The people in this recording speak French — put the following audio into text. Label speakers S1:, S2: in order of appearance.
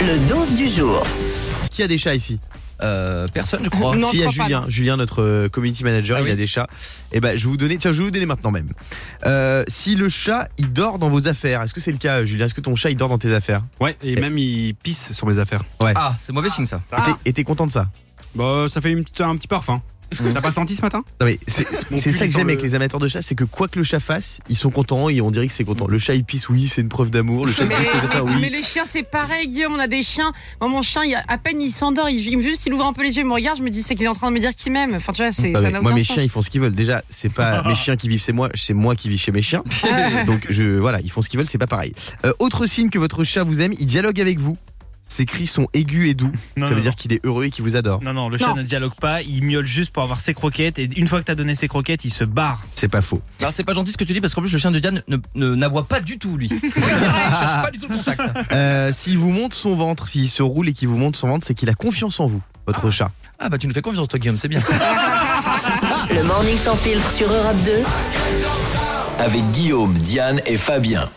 S1: Le 12 du jour.
S2: Qui a des chats ici
S3: Euh, personne, je crois.
S4: Non,
S2: Si, il y a
S4: je crois
S2: Julien. Julien, notre euh, community manager,
S3: Ah
S2: il
S3: oui.
S2: a des chats. Et ben, je vais vous donner, tiens, je vais vous donner maintenant même. Euh, si le chat, il dort dans vos affaires, est-ce que c'est le cas, euh, Julien Est-ce que ton chat, il dort dans tes affaires
S5: Ouais, et même il pisse sur mes affaires.
S3: Ah, c'est mauvais signe ça.
S2: Et t'es- Et t'es content de ça
S5: Bah, ça fait une petite- un petit parfum. T'as pas senti ce matin
S2: Non, mais c'est
S5: Mon
S2: c'est
S5: pull,
S2: ça
S5: il
S2: que
S5: sent
S2: j'aime
S5: le-
S2: avec les amateurs de chat, c'est que quoi que le chat fasse, ils sont contents et on dirait que c'est content. Le chat, il pisse, oui, c'est une preuve d'amour. Le chat, il
S4: Mais,
S2: pisse tes affaires,
S4: mais
S2: oui.
S4: les chiens, c'est pareil, Guillaume. On a des chiens. Moi, mon chien, il, à peine il s'endort, il, il- juste il ouvre un peu les yeux, il me regarde, je me dis c'est qu'il est en train de me dire qu'il m'aime. Enfin, tu vois, c'est,
S2: Non,
S4: ça
S2: mais
S4: n'a
S2: Bah moi
S4: aucun
S2: mes
S4: sens.
S2: chiens ils font ce qu'ils veulent déjà c'est pas mes chiens qui vivent c'est moi c'est moi qui vis chez mes chiens Euh, donc je voilà ils font ce qu'ils veulent c'est pas pareil Euh, autre signe que votre chat vous aime il dialogue avec vous ses cris sont aigus et doux
S6: Non,
S2: ça veut
S6: non,
S2: dire qu'il est heureux et qu'il vous adore
S6: non, non, le chat
S4: Non.
S6: ne dialogue pas, il miaule juste pour avoir ses croquettes et une fois que t'as donné ses croquettes, il se barre.
S2: c'est pas faux
S3: Alors c'est pas gentil ce que tu dis parce qu'en plus le chien de Diane ne- ne- n'aboie pas du tout lui. Il cherche pas du tout le contact.
S2: Euh, s'il vous monte son ventre s'il se roule et qu'il vous monte son ventre c'est qu'il a confiance en vous votre chat
S3: Ah bah tu nous fais confiance toi Guillaume, c'est bien.
S1: Le morning sans filtre sur Europe 2.
S7: Avec Guillaume, Diane et Fabien.